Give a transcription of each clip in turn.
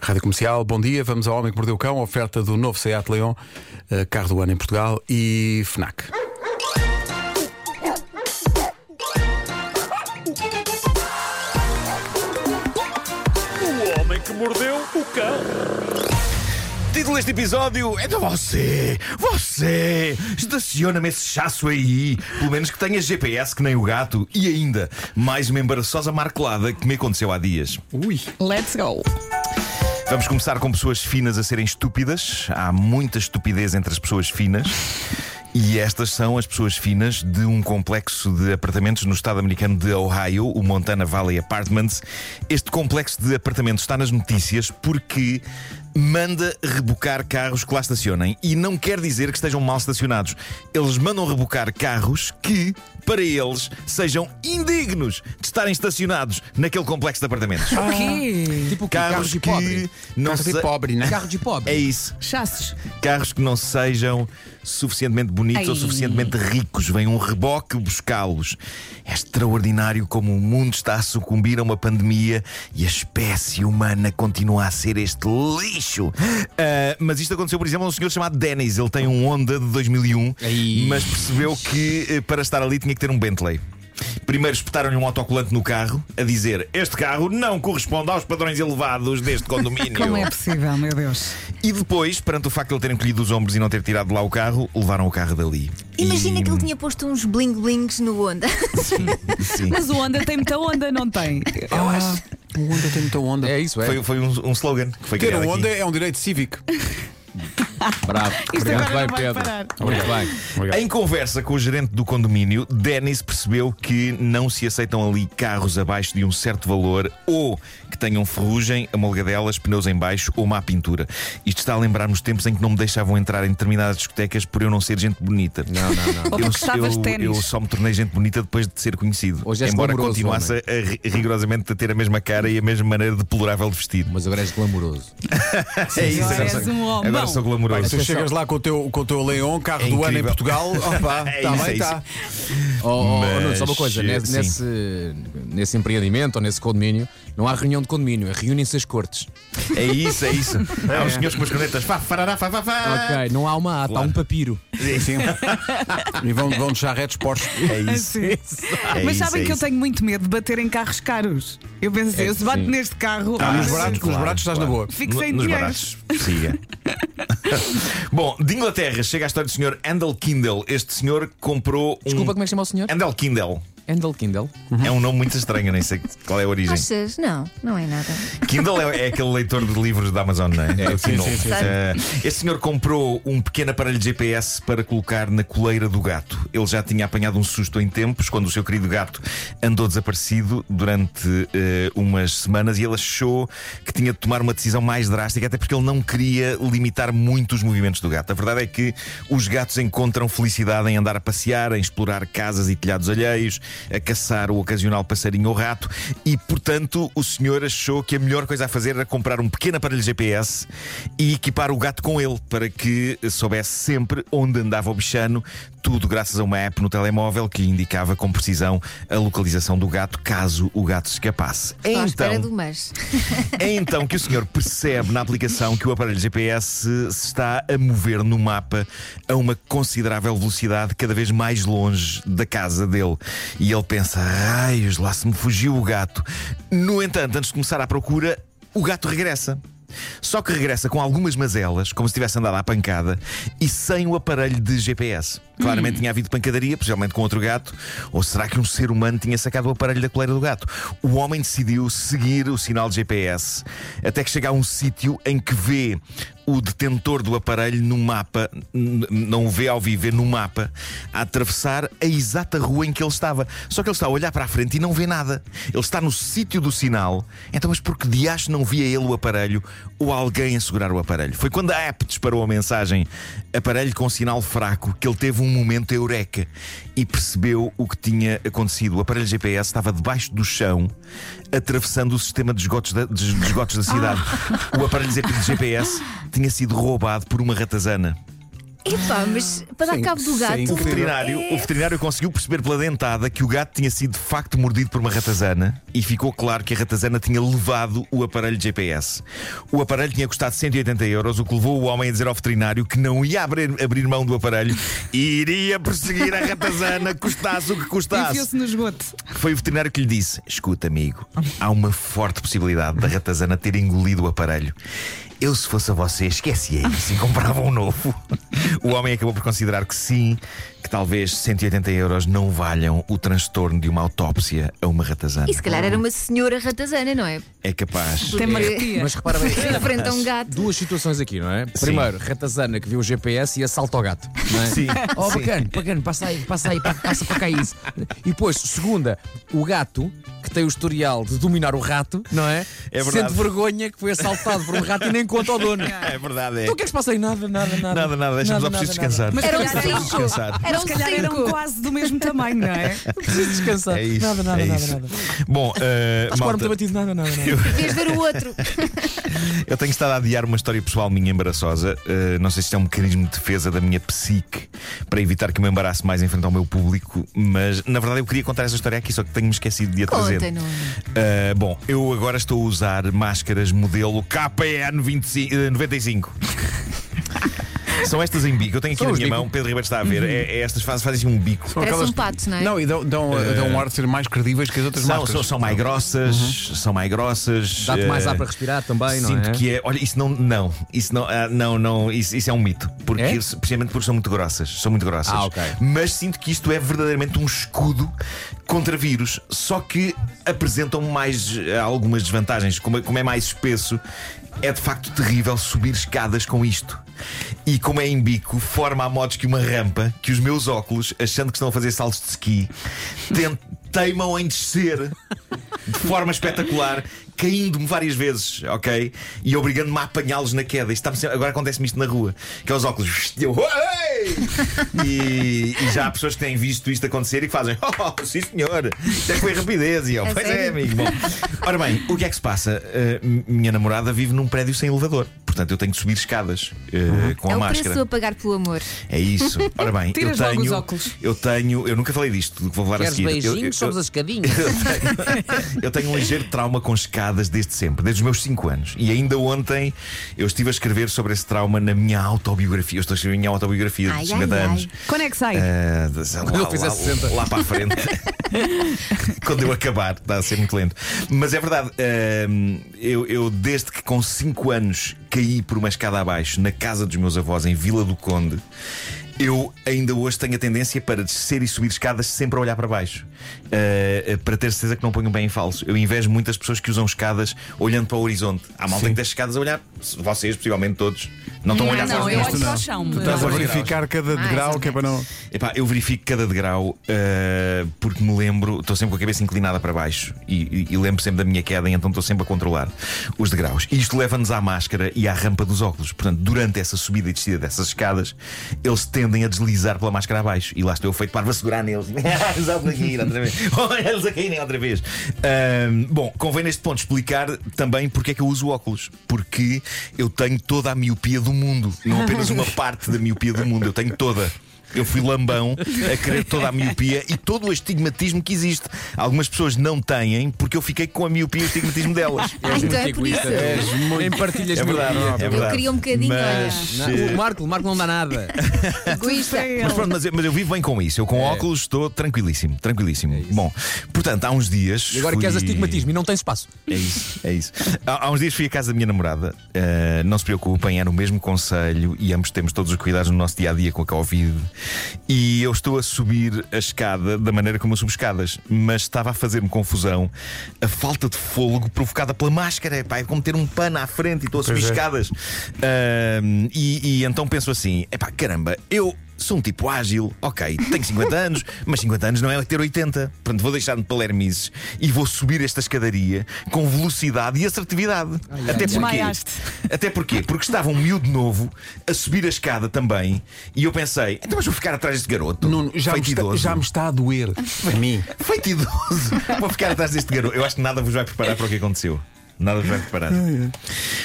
Rádio Comercial, bom dia. Vamos ao Homem que Mordeu o Cão, oferta do novo Seat Leon, eh, carro do ano em Portugal e FNAC. O homem que mordeu o cão. Título deste episódio é de você! Você! Estaciona-me esse chasso aí! Pelo menos que tenha GPS que nem o gato e ainda mais uma embaraçosa marcelada que me aconteceu há dias. Ui. Let's go. Vamos começar com pessoas finas a serem estúpidas. Há muita estupidez entre as pessoas finas. E estas são as pessoas finas de um complexo de apartamentos no estado americano de Ohio, o Montana Valley Apartments. Este complexo de apartamentos está nas notícias porque manda rebocar carros que lá estacionem. E não quer dizer que estejam mal estacionados. Eles mandam rebocar carros que, para eles, sejam indignos de estarem estacionados naquele complexo de apartamentos. Porquê? Tipo o quê? Carros Carros de pobre. que não Carro de se- pobre, né? Carro de pobre. É isso. Chasses. Carros que não sejam suficientemente bonitos Ai. ou suficientemente ricos. Vem um reboque buscá-los. É extraordinário como o mundo está a sucumbir a uma pandemia e a espécie humana continua a ser este lixo. Ah, mas isto aconteceu, por exemplo, a um senhor chamado Dennis. Ele tem um Honda de 2001, Ai. mas percebeu que eh, para estar ali tinha que ter um Bentley. Primeiro espetaram-lhe um autocolante no carro a dizer: Este carro não corresponde aos padrões elevados deste condomínio. Como é possível, meu Deus? E depois, perante o facto de ele ter encolhido os ombros e não ter tirado lá o carro, levaram o carro dali. Imagina E- que ele tinha posto uns bling-blings no Honda. Sim. Mas o Onda tem muita onda, não tem? Eu acho. Ah, O Honda tem muita onda. É isso, é. Foi, foi um, um slogan que foi Ter criado um aqui. Honda é um direito cívico. Bravo. Isto Muito agora bem, não vai Pedro. parar. Muito bem. Em conversa com o gerente do condomínio, Dennis percebeu que não se aceitam ali carros abaixo de um certo valor ou que tenham ferrugem, amolgadelas, pneus em baixo ou má pintura. Isto está a lembrar-me os tempos em que não me deixavam entrar em determinadas discotecas por eu não ser gente bonita. Não, não, não. Ou porque estavas é de eu, eu ténis. só me tornei gente bonita depois de ser conhecido. Hoje és Embora glamouroso, continuasse a, ri- rigorosamente a ter a mesma cara e a mesma maneira deplorável de vestir. Mas agora és glamouroso. é isso, Agora agora, és sou- um homem. agora sou glamouroso. Se chegas lá com o teu, com o teu Leon, carro É do ano em incrível. Portugal, opa, É está isso, bem, é está. Tá Oh, oh, Mas, Nuno, só uma coisa, eh, nesse, sim. nesse, nesse empreendimento ou nesse condomínio, não há reunião de condomínio, é reúnem-se as cortes. É isso, é isso. Há uns senhores com as canetas. Fá, farará, fá, fá, Ah. fá. ok, não há uma ata, há um papiro. Sim. E vão, vão deixar retos postos. É isso. Ah, Sim. É Mas isso, sabem é que eu isso. tenho muito medo de bater em carros caros. Eu penso assim, É, eu se bato sim. neste carro, Ah, Nos sim, baratos, com os claro, baratos estás claro. na boa. fico No- sem nos dinheiro. baratos. Siga. Bom, de Inglaterra chega a história do senhor Andel Kindle. Este senhor comprou um. Desculpa, como é que chama o senhor? Andel Kindle. Handel Kindle. É um nome muito estranho, nem sei qual é a origem. Achas? Não, não é nada. Kindle é, é aquele leitor de livros da Amazon, não é? É o Kindle. Eh, este senhor comprou um pequeno aparelho de GPS para colocar na coleira do gato. Ele já tinha apanhado um susto em tempos quando o seu querido gato andou desaparecido durante eh, umas semanas e ele achou que tinha de tomar uma decisão mais drástica, até porque ele não queria limitar muito os movimentos do gato. A verdade é que os gatos encontram felicidade em andar a passear, em explorar casas e telhados alheios, a caçar o ocasional passarinho ou rato, e portanto o senhor achou que a melhor coisa a fazer era comprar um pequeno aparelho GPS e equipar o gato com ele para que soubesse sempre onde andava o bichano, tudo graças a uma app no telemóvel que lhe indicava com precisão a localização do gato caso o gato se escapasse. Então, Estou à espera um do mas. É então que o senhor percebe na aplicação que o aparelho GPS se está a mover no mapa a uma considerável velocidade, cada vez mais longe da casa dele. E ele pensa: raios, lá se me fugiu o gato. No entanto, antes de começar a procura, o gato regressa. Só que regressa com algumas mazelas, como se tivesse andado à pancada, e sem o aparelho de GPS. Claramente tinha havido pancadaria, possivelmente com outro gato, ou será que um ser humano tinha sacado o aparelho da coleira do gato? O homem decidiu seguir o sinal de GPS até que chega a um sítio em que vê o detentor do aparelho no mapa, n- não o vê ao vivo, vê no mapa, a atravessar a exata rua em que ele estava. Só que ele está a olhar para a frente e não vê nada. Ele está no sítio do sinal, então, mas por que diacho não via ele o aparelho ou alguém a segurar o aparelho? Foi quando a app disparou a mensagem aparelho com sinal fraco que ele teve um momento eureka e percebeu o que tinha acontecido. O aparelho GPS estava debaixo do chão, atravessando o sistema de esgotos da, de- de esgotos da cidade. O aparelho de GPS tinha sido roubado por uma ratazana. Epá, mas para Sim, dar cabo do sim, gato. o O veterinário, o veterinário conseguiu perceber pela dentada que o gato tinha sido de facto mordido por uma ratazana e ficou claro que a ratazana tinha levado o aparelho GPS. O aparelho tinha custado 180 euros, o que levou o homem a dizer ao veterinário que não ia abrir, abrir mão do aparelho e iria perseguir a ratazana, custasse o que custasse. Enfiou-se no esgoto. Foi o veterinário que lhe disse: Escuta, amigo, há uma forte possibilidade da ratazana ter engolido o aparelho. Eu, se fosse a você, esquecia isso e comprava um novo. O homem acabou por considerar que sim, que talvez 180 euros não valham o transtorno de uma autópsia a uma ratazana. E se calhar era um- uma senhora ratazana, não é? É capaz. Tem uma retia. Mas repara bem. Enfrenta um gato. Duas situações aqui, não é? Primeiro, ratazana que viu o GPS e assalta o gato. Não é? Sim, Oh, sim. bacana, bacana, passa aí, passa aí, pa- passa para cá isso. E depois, segunda, o gato que tem o historial de dominar o rato, não é? É verdade. Sente vergonha que foi assaltado por um rato e nem conta ao dono. É verdade, é. Não queres passar aí nada, nada, nada. Nada, nada, deixa-me só preciso descansar. Mas Eram calhar Preciso eram- cinco. descansar. Eram se calhar eram cinco. quase do mesmo tamanho, não é? Preciso descansar. É isso. nada, nada, é nada, isso. nada. Bom, eh, Estás com o ar malta, muito batido, nada, nada, nada. Queres ver o outro? Eu tenho estado a adiar uma história pessoal minha embaraçosa. Uh, não sei se isto é um mecanismo de defesa da minha psique para evitar que me embarace mais em frente ao meu público, mas na verdade eu queria contar essa história aqui, só que tenho-me esquecido de a trazer. Conta, Nuno. Uh, bom, eu agora estou a usar máscaras modelo KN 25, eh, 95. São estas em bico. Eu tenho aqui São na os minha bico. mão, Pedro Ribeiro está a Uhum. ver. É, é estas fazem, fazem assim um bico. São Parece aquelas um pato, não é? Não, e dão, dão, dão um ar de ser mais credíveis que as outras São, são, máscaras. são mais grossas, são mais grossas. Uhum. Dá-te mais eh, ar para respirar também, não Sinto é? que é. Olha, isso não. Não, isso não. ah, não, não isso, isso é um mito. Porque, É? isso- precisamente porque são muito grossas. São muito grossas. Ah, ok. Mas sinto que isto é verdadeiramente um escudo contra vírus. Só que apresentam mais ah, algumas desvantagens. Como é, como é mais espesso, é de facto terrível subir escadas com isto. E como é em bico, forma a modos que uma rampa que os meus óculos, achando que estão a fazer saltos de ski, ten- teimam em descer de forma espetacular, caindo-me várias vezes, ok? E obrigando-me a apanhá-los na queda. Isto está-me sempre- Agora acontece-me isto na rua, que é os óculos. E, eu, "Oi!" e, e já há pessoas que têm visto isto acontecer e que fazem, oh, sim senhor, isto é que foi rapidez. E eu, É pois é, sério? amigo. Bom, ora bem, o que é que se passa? Uh, minha namorada vive num prédio sem elevador, portanto eu tenho que subir escadas uh, com É a o máscara. preço a pagar pelo amor. É isso. Ora bem, eu Tiras logo os tenho, óculos. eu tenho. Eu nunca falei disto do que vou falar a Queres seguir. Eu- beijinhos? eu- Somos eu- as escadinhas. eu tenho um ligeiro trauma com escadas desde sempre, desde os meus 5 anos. E ainda ontem eu estive a escrever sobre esse trauma na minha autobiografia. Eu estou a escrever a minha autobiografia Ai, de 50 ai, ai. anos. Quando é que sai? Ah, sei lá, Quando eu fizer lá- 60. Lá, para a frente. Quando eu acabar, está a ser muito lento. Mas é verdade, ahm, eu, eu desde que com 5 anos caí por uma escada abaixo na casa dos meus avós em Vila do Conde. Eu ainda hoje tenho a tendência para descer e subir escadas sempre a olhar para baixo, Ah, ah, para ter certeza que não ponho bem em falso. Eu invejo muitas pessoas que usam escadas olhando para o horizonte. Há malta que desce escadas a olhar, vocês, possivelmente todos, não estão a olhar para não, os eu meus. olho para o chão. Tu estás a Não, verificar cada Mais degrau ou que é para não. Epá, eu verifico cada degrau uh, porque me lembro, estou sempre com a cabeça inclinada para baixo e, e- e lembro sempre da minha queda, e então estou sempre a controlar os degraus. E isto leva-nos à máscara e à rampa dos óculos. Portanto, durante essa subida e descida dessas escadas, eles tendem a deslizar pela máscara abaixo e lá estou eu feito para a segurar neles. Os óculos a cair outra vez. Olha, eles a caírem outra vez. Ahm, bom, convém neste ponto explicar também porque é que eu uso óculos. Porque eu tenho toda a miopia do mundo, não apenas uma parte da miopia do mundo, eu tenho toda. Eu fui lambão a querer toda a miopia e todo o estigmatismo que existe. Algumas pessoas não têm porque eu fiquei com a miopia e o estigmatismo delas. Ah, então é por isso. Nem partilhas É verdade, miopia. é Eu verdade. queria um bocadinho, mas, Não, eh, o Marco, o Marco não dá nada. Egoísta. Para Mas ele. pronto, mas eu, mas eu vivo bem com isso. Eu com É. óculos estou tranquilíssimo, tranquilíssimo. Bom, portanto, há uns dias. E agora fui... queres astigmatismo e não tens espaço. É isso, é isso. Há, há uns dias fui à casa da minha namorada. Eh, não se preocupem, era o mesmo conselho e ambos temos todos os cuidados no nosso dia a dia com a Covid. E eu estou a subir a escada da maneira como eu subo escadas, mas estava a fazer-me confusão a falta de fôlego provocada pela máscara. Pá, é como ter um pano à frente e estou a subir Pois é. escadas. Ahm, e, e então penso assim: epá, caramba, eu. Sou um tipo ágil, ok, tenho 50 anos, mas 50 anos não é ter 80. Portanto, vou deixar-me palermices e vou subir esta escadaria com velocidade e assertividade. Até porque. Desmaiaste. Até porquê? Porque estava um miúdo novo a subir a escada também e eu pensei, então mas vou ficar atrás deste garoto. Nuno, já, me feito está, idoso. já me está a doer. A mim. Feito idoso. Vou ficar atrás deste garoto. Eu acho que nada vos vai preparar para o que aconteceu. Nada de bem preparado.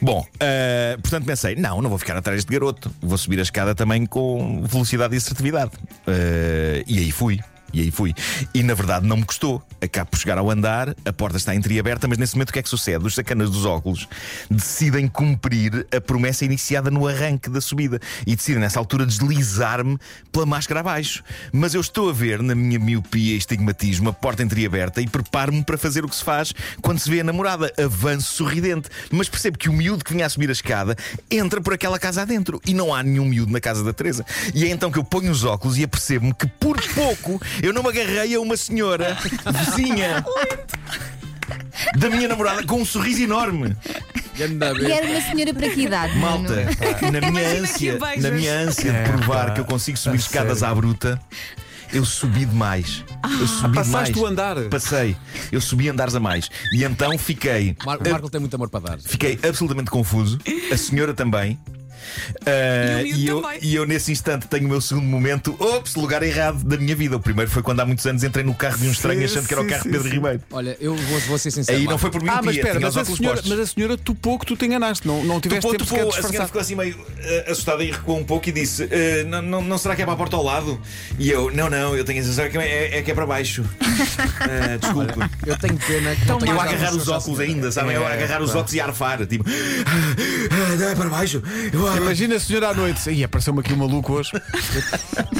Bom, ah, portanto pensei, não, não vou ficar atrás de garoto. Vou subir a escada também com velocidade e assertividade. Ah, e aí fui. E aí fui. E na verdade não me custou. Acabo por chegar ao andar, a porta está entreaberta, mas nesse momento o que é que sucede? Os sacanas dos óculos decidem cumprir a promessa iniciada no arranque da subida e decidem nessa altura deslizar-me pela máscara abaixo. Mas eu estou a ver, na minha miopia e estigmatismo, a porta entreaberta e preparo-me para fazer o que se faz quando se vê a namorada. Avanço sorridente, mas percebo que o miúdo que vinha a subir a escada entra por aquela casa adentro e não há nenhum miúdo na casa da Teresa. E é então que eu ponho os óculos e apercebo-me que por pouco eu não me agarrei a uma senhora vizinha. Da minha namorada com um sorriso enorme. Ganda E besta. era uma senhora para que idade? Malta, na Nuno? minha Imagina que ânsia, beijas. na minha ânsia É, de provar pá, que eu consigo a subir escadas sério. à bruta, eu subi demais. Ah, eu subi passaste demais. o andar. Passei. Eu subi andares a mais. E então fiquei, Mar- o Marco tem muito amor para dar. fiquei absolutamente confuso. A senhora também. Ah, E o miúdo eu, também. e eu, nesse instante, tenho o meu segundo momento. Ops, lugar errado da minha vida. O primeiro foi quando há muitos anos entrei no carro de um estranho Sim, achando que era o sim, carro de sim, Pedro sim. Ribeiro. Olha, eu vou, vou ser sincero. Aí não Marco. foi por mim Ah, que mas espera, tinha os mas a, óculos senhora, postos. mas a senhora topou que tu te enganaste, não, não tiveste Tupou, tempo sequer tupou, de a senhora disfarçar. ficou assim meio eh, assustada e recuou um pouco e disse: "Eh, não, não, não será que é para a porta ao lado? E eu: Não, não, eu tenho a sensação que é, é que é para baixo. Eh, desculpe. Eu tenho pena que não tenha Eu a já Então agarrar os noção óculos dessa- ainda, sabem? Eu a agarrar os óculos e a arfar, tipo, "Ah, não é para baixo. Eu- ah, Imagina a senhora à noite. Ih, apareceu-me aqui um maluco hoje.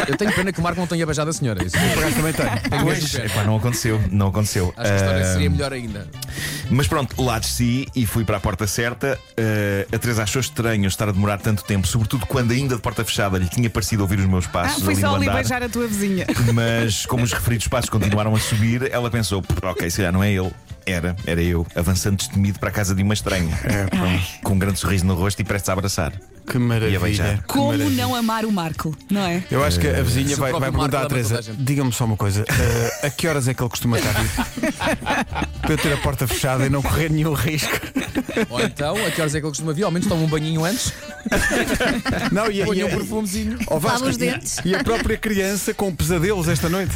Eu tenho pena que o Marco não tenha beijado a senhora. é Isso. Por acaso também tenho. Tenho mesmo Pois, pena. epá, não aconteceu, não aconteceu. Acho que a história Ah, seria melhor ainda. Mas pronto, lá desci e fui para a porta certa. Eh, a Teresa achou estranho estar a demorar tanto tempo, sobretudo quando ainda de porta fechada lhe tinha parecido ouvir os meus Ah, passos foi ali só no ali andar. beijar a tua vizinha. Mas como os referidos passos continuaram a subir, ela pensou: "Pff, ok, se calhar não é ele. Era, era eu, avançando destemido para a casa de uma estranha. com um grande sorriso no rosto e prestes a abraçar. Que E a beijar. maravilha. Como não amar o Marco, não é? Eu acho que a vizinha Se o vai, vai próprio perguntar à Marco leva toda Teresa: a gente. diga-me só uma coisa, eh, a que horas é que ele costuma estar aqui? Para eu ter a porta fechada e não correr nenhum risco. Ou então, a que horas é que ele costuma vir? Ao menos toma um banhinho antes, Não, e, ponha um e- perfumezinho. Ó Vasco, Lava os e- dentes. E, a própria criança com pesadelos esta noite.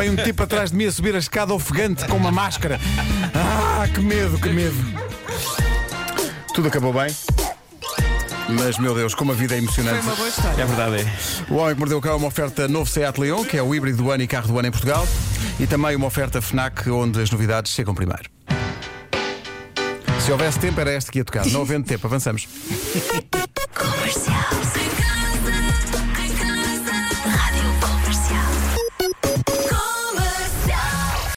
Vem um tipo atrás de mim a subir a escada ofegante com uma máscara. Ah, que medo, que medo. Tudo acabou bem. Mas, meu Deus, como a vida é Foi emocionante. uma boa história. É verdade, é. O Homem que Mordeu o Cão é uma oferta novo Seat Leon, que é o híbrido do ano e carro do ano em Portugal. E também uma oferta FNAC, onde as novidades chegam primeiro. Se houvesse tempo, era este que ia tocar. Não havendo tempo, avançamos.